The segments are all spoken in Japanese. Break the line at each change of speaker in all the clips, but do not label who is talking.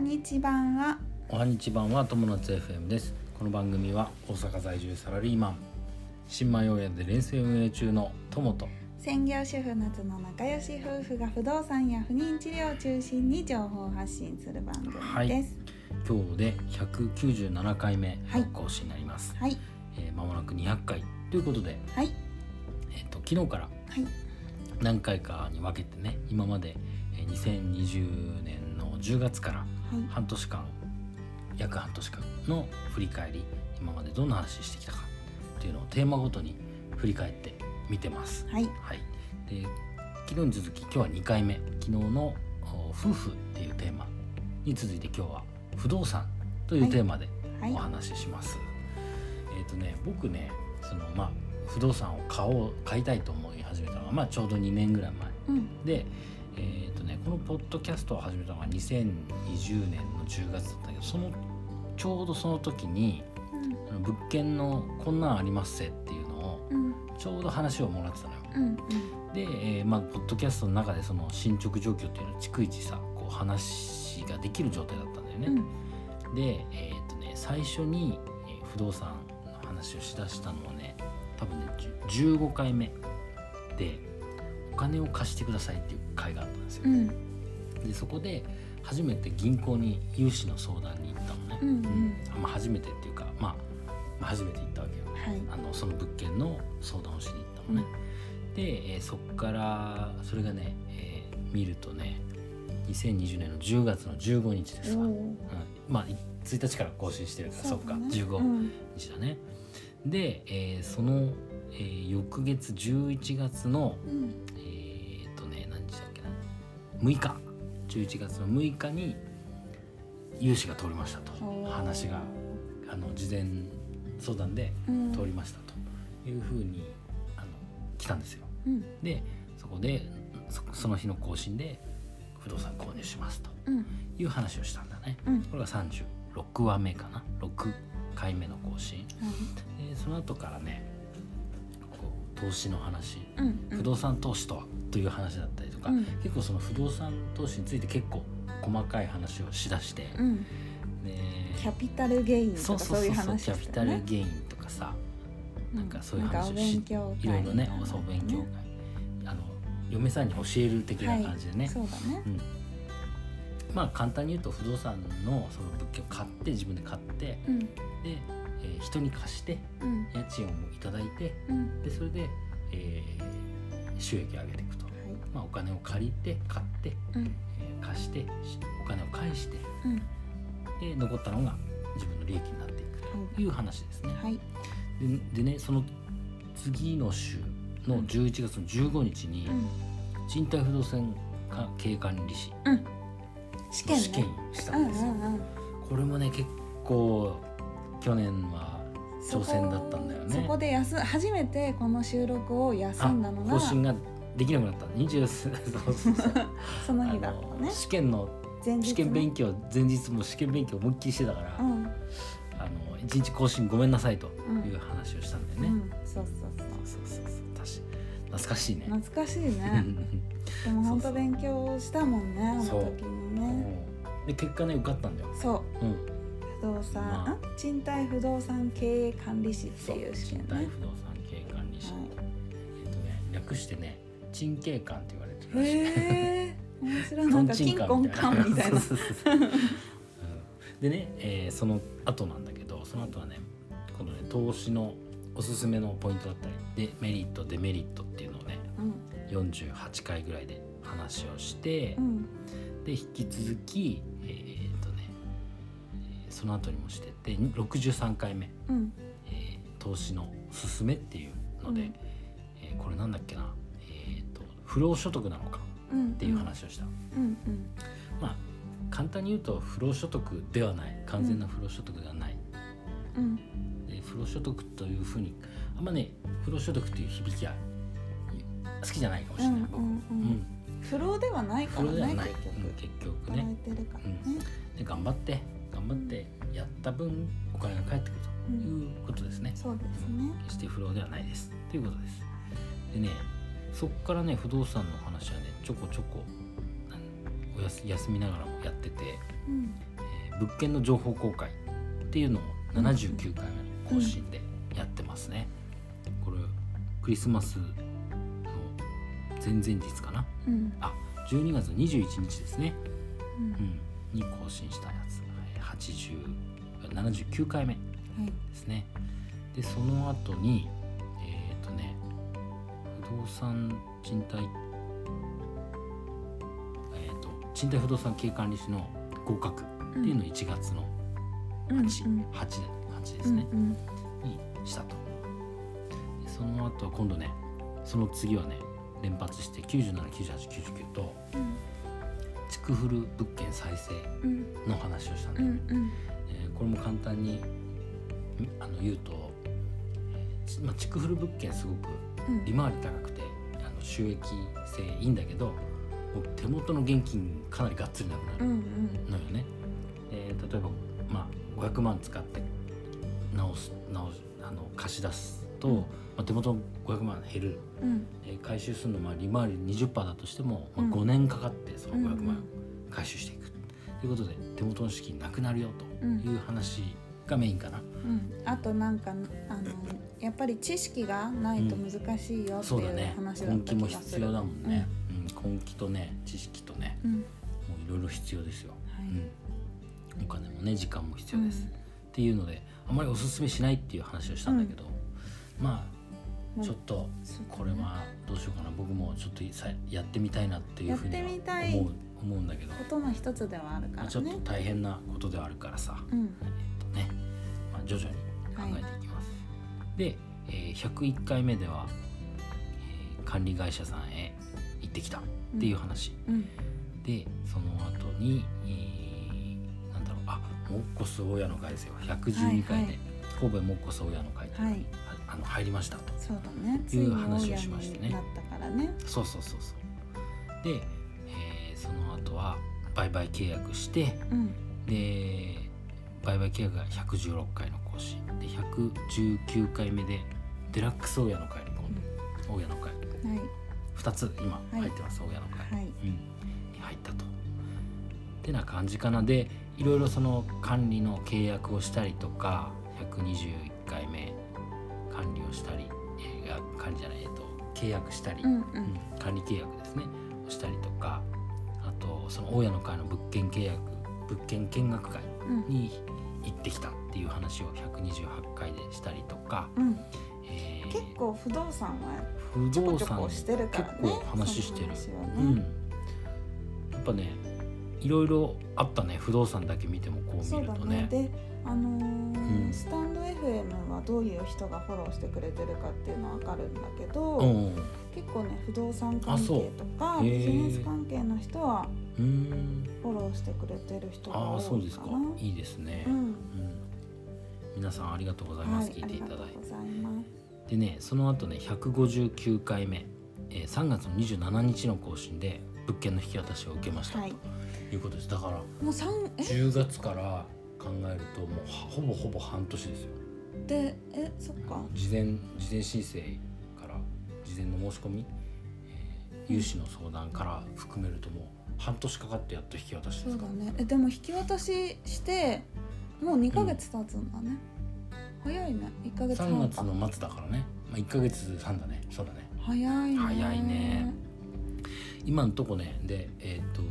日版は
おはにちばんは友達 FM ですこの番組は大阪在住サラリーマン新米親で連戦運営中の友と
専業主婦夏の仲良し夫婦が不動産や不妊治療を中心に情報発信する番組です。
今日で197回目
はい
の更新になります、
はい、
えー間もなく200回ということで、
はい、
えっと昨日から
はい、
何回かに分けてね今までえー2020年の10月から
は
半年間約半年間の振り返り今までどんな話してきたかっていうのをテーマごとに振り返って見てます。
い、はい、
はい、で昨日に続き今日は2回目昨日のお夫婦っていうテーマに続いて今日は不動産とい
は
う
い
テーマで
はい
お、話しします。えっ、とね僕ねそのまあ不動産を買おう買いたいと思い始めたのが、まあ、ちょうど2年ぐらい前
うん、
で、えーとね、このポッドキャストを始めたのが2020年の10月だったけどそのちょうどその時にあの物件のこんなんありますせっていうのを
うん、うん、
ちょうど話をもらってたのよ。
うん、
で、えーまあ、ポッドキャストの中でその進捗状況っていうのを逐一さこう話ができる状態だったんだよね。
うん、
で、えーとね最初に、えー不動産の話をしだしたのはね多分ね10 15回目でお金を貸してくださいっていう回があったんですよ。
うん、
でそこで初めて銀行に融資の相談に行ったのね、
うんうん
あまあ、初めてっていうか、まあ、まあ初めて行ったわけよ
はい、
あのその物件の相談をしに行ったのね、で、えーそっからそれがね、えー見るとね2020年の10月の15日ですわ、
お
う
ー
ん、まあい1日から更新してるからそっ、か
だね
15
ん
日だね、で、えーその、えー翌月11月の
うん、
えーっとね何日だっけな6日11月の6日に融資が通りましたと話があの事前相談で
うん
通りましたというふうにあの来たんですよ
うん、
でそこでそその日の更新で不動産購入しますと
うん、
いう話をしたんだね
うん、
これが36話目かな6回目の更新
はい
でその後からねこう投資の話
うん、
不動産投資とはという話だったりとか、
うん
結構その不動産投資について結構細かい話をしだして、
うん、
ね
キャピタルゲインと
そう
か
そう
そうい
そ
うう
そう
話
キャ
で
ピ
す
タ
よ
ル
ね。
ゲインとかさなんかそういう
なんか
話
お
を
勉
し
強
いろいろね
会
そうお勉強会あの嫁さんに教える的な感じでね、
そうだね。
うん、まあ簡単に言うと不動産のその物件を買って自分で買ってで、
うん、
えー人に貸して
うん、
家賃をいただいて
うん、
でそれで、えー収益を上げていくと。
はい、
まあ、お金を借りて買って、
うん、
えー貸してしお金を返して
うん、
で残ったのが自分の利益になっていくという話ですね。
はい、
ででねその次の週の11月の15日に
うん、
賃貸不動産か経営管理士
うん、試験
の
ね。
試験をし
う
た
ん
ん
う
ですよ。
んうん。
これもね結構去年は挑戦だったんだよね
そこそこで休初めてこの収録を休
あ
んだのが
更新ができなくなった20そうそうそう
その日だ
あ
った
の
ね。
試験の
前日ね
試験勉強前日も試験勉強思いっきりしてたから、
うん、
あの一日更新ごめんなさいという話をしたんだよ
う
ね。
ん、そうそうそう。
そうそうそうそう確か懐かしいね。
懐かしいね。でも本当勉強したもんね、あの時にね。
うんで結果ね受かったんだよ。
そう。
うん。
不動産、
まあ
あ賃貸不動産経営管理士っていう試
賃
験
貸
ね
不動産経営管理士、
はい
えっとね略してね賃経官って言われてるらしい。
へえ面 白いなんか金婚感みたいな
そうそうそううんでね、えーその後なんだけどその後はね今度ね投資のおすすめのポイントだったりでメリットデメリットっていうのをね
うん
48回ぐらいで話をして、
うん
で引き続きえーっとねえーその後にもしててに63回目、
うん
えー投資のすすめっていうので、
うん
えーこれなんだっけな、えーっと不労所得なのか
うん
っていう話をした、
うんうん
まあ簡単に言うと不労所得ではない完全な不労所得ではない、
うん
で不労所得というふうにあんまね不労所得という響きは好きじゃないかもしれない、僕
うんうんうん
うん
不老ではないか
不
ら
労では
ね
ない、
結
うん
局
結局ね
働いてるからね
で頑張って頑張ってやった分お金が返ってくるということですね、
そうですね
決して不労ではないですということですでねそこからね不動産の話はねちょこちょこあのおやす休みながらもやってて
うん
ー物件の情報公開っていうのを79回目の更新でやってますね。これクリスマスの前々日かな
うん
あ12月21日ですね、
うん
うん、に更新したやつはい80 79回目
はい
ですねでその後にえっ、とね不動産賃貸えっ、と賃貸不動産経営管理士の合格っていうのを1月の
うんうん
8,、八で八ですね、
うん
にしたとでその後は今度ねその次はね連発して979899と
うん
築古物件再生
うん
の話をしたんだ
う
よね、
んうん
えーこれも簡単にんあの言うと、えーちまあ、築古物件すごく
うん
利回り高くてあの収益性いいんだけどもう手元の現金かなりがっつりなくな
う
る
んうん
のよね。えー例えば、まあ、500万使って直す直すあの貸し出すと、
うん
まあ、手元の500万減る、
うん
えー回収するのまあ利回り20%だとしても、まあ、
うん
5年かかってその
うん
500万回収していくということで手元の資金なくなるよと
うん
いう話がメインかな。
うんあとなんかあのやっぱり知識がないと難しいよって
そうだ
い
ね
う話だ
根
った
気
気
も
がす
必
る
要だもんね、うん、根気とね知識とね
うん
もういろいろ必要ですよ、
は
うん
い、
お金もね時間も必要です、っていうのであまりおすすめしないっていう話をしたんだけど、まあ
うん
ちょっと
そうだね
これはどうしようかな僕もちょっとさやってみたいなっていうふうには
やってみたい
思う思うんだけど、
ことの一つではあるか
まあ
ら
ちょっ
ね
と大変なことではあるからさ、
うん
えっとね、まあ、徐々に考えていきます。で、えー101回目では、えー管理会社さんへ行ってきたっていう話、
うん
でその後に、えーなんだろうあモッコス大家の会ですよ112回で、
はいはい
神戸モッコス大家の会というのに、ああの入りましたと
そうだね
いう話をしましたね
ついに大家になったからね
そうそうそうそうで、えーその後は売買契約して
うん
で売買契約が116回の更新で119回目でデラックス大家の会に今度大家の会
はい
2つ今
い
入ってます、大家の会、
はい
うん、に入ったと。ってな感じかなでいろいろその管理の契約をしたりとか121回目管理をしたり、えーあ管理じゃない、えっと、契約したり、
うんう
うん
ん
管理契約ですねをしたりとかあとその大家の会の物件契約物件見学会
うん
に行ってきたっていう話を128回でしたりとか、
うん
えー
結構不動産は
不
ちょこ
動
ちょ
産
こしてるからね
結構話してる、
その話は
う
ね
ん、やっぱねいろいろあったね不動産だけ見てもこう
そ
見
う
る
だ
と
ね
ね
であのー
うん
スタンド FM はどういう人がフォローしてくれてるかっていうのは分かるんだけど、
うんうん
結構ね不動産関係とか
あそうへー
ビジネス関係の人は
うーん
フォローしてくれてる人が
ああ
多
そう
い
です
か
か
な。
いいですね、
う
うん
ん
皆さんありがとうございま
は
す、
い、
聞いていただい
ありがとうございます。
てでねその後ね159回目、えー、3月の27日の更新で物件の引き渡しを受けました、
はい
ということですだから
もう三え
10月から考えるともうほぼほぼ半年ですよ
でえそっか。
事前事前申請から事前の申し込み、えー融資の相談から含めるともう半年かかってやっと引き渡しで
そ
す
う
か
だ
ら
ね。えでも引き渡ししてもう二ヶ月経つんだね。早いね。一ヶ月
3
半
月
か。
の末だからね、まあ、1ヶ月半だねそうだね
早いね。
早いね今のとこねでえーっと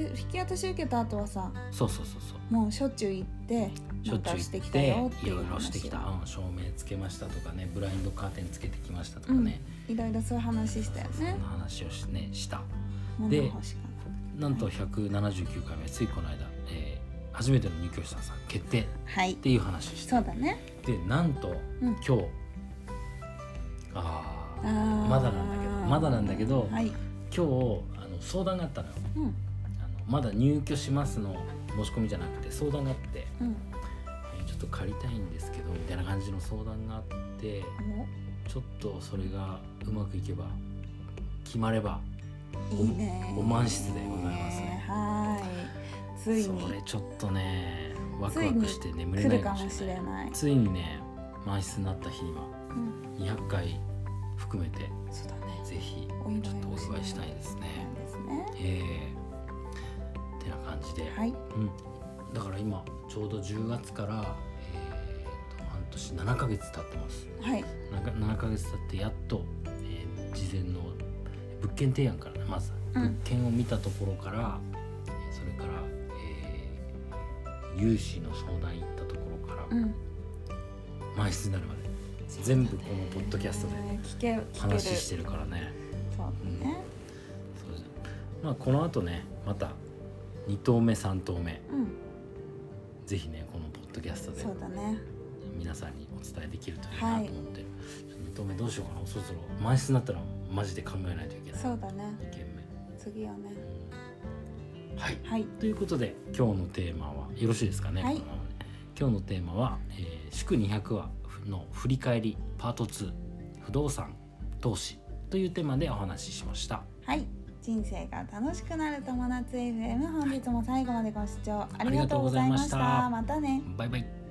で引き渡し受けた後はさ
そうそうそうそう
もうしょっちゅう行って
しょっちゅう
なんかして
行
き
ったて
よって
い
いう
ろい
話
ろしてきた、
が
うん、照明つけましたとかねブラインドカーテンつけてきましたとかね、
いろいろそういう話したよ
そん
ね
な話をし,、ね、した
物
で
欲しかった
なんと179回目ついこの間、えー初めての入居者さん決定
はい
っていう話して
そうだね
でなんと、
うん
今日あ
あ
ー
ー
まだなんだけどまだなんだけど
はい
今日あの相談があったのよ
うん
あのまだ入居しますの申し込みじゃなくて相談があって、
うん
えーちょっと借りたいんですけどみたいな感じの相談があってちょっとそれがうまくいけば決まれば
おいいね
ご満室でございますね
はい
そ
ついに
れちょっとねワクワクして眠れ
来
ない
る
か
か
も
も
し
し
れない
れない
ついにね満室になった日には
うん
200回含めて
そうだね
ぜひ
お祝い
ちょっとお祝いしたい
で
です
す
ね。
ですね
えー、てな感じで、
はい
うん、だから今ちょうど10月から、えーと半年7ヶ月経ってます
はい
なんか7ヶ月経ってやっと、えー事前の物件提案からねまず
うん
物件を見たところから、えーそれから、えー融資の相談行ったところから、
うん
満室になるまで全部このポッドキャストで
ね聞け聞ける
話してるからね
そうだね
そうですまあこの後ねまた2投目3投目
うん
ぜひねこのポッドキャストで
そうだね
皆さんにお伝えできるといい
は
ないと思って、2投目どうしようかなそろそろ満室になったらマジで考えないといけない
そうだね
2件目、
次はね
うんはい
はい
ということで今日のテーマはよろしいですかね、
はい
このままで今日のテーマは「えー祝200話」の振り返りパート2不動産投資というテーマでお話ししました
はい人生が楽しくなる友達 FM 本日も最後までご視聴ありがとうございました
ありがとうございました
またね
バイバイ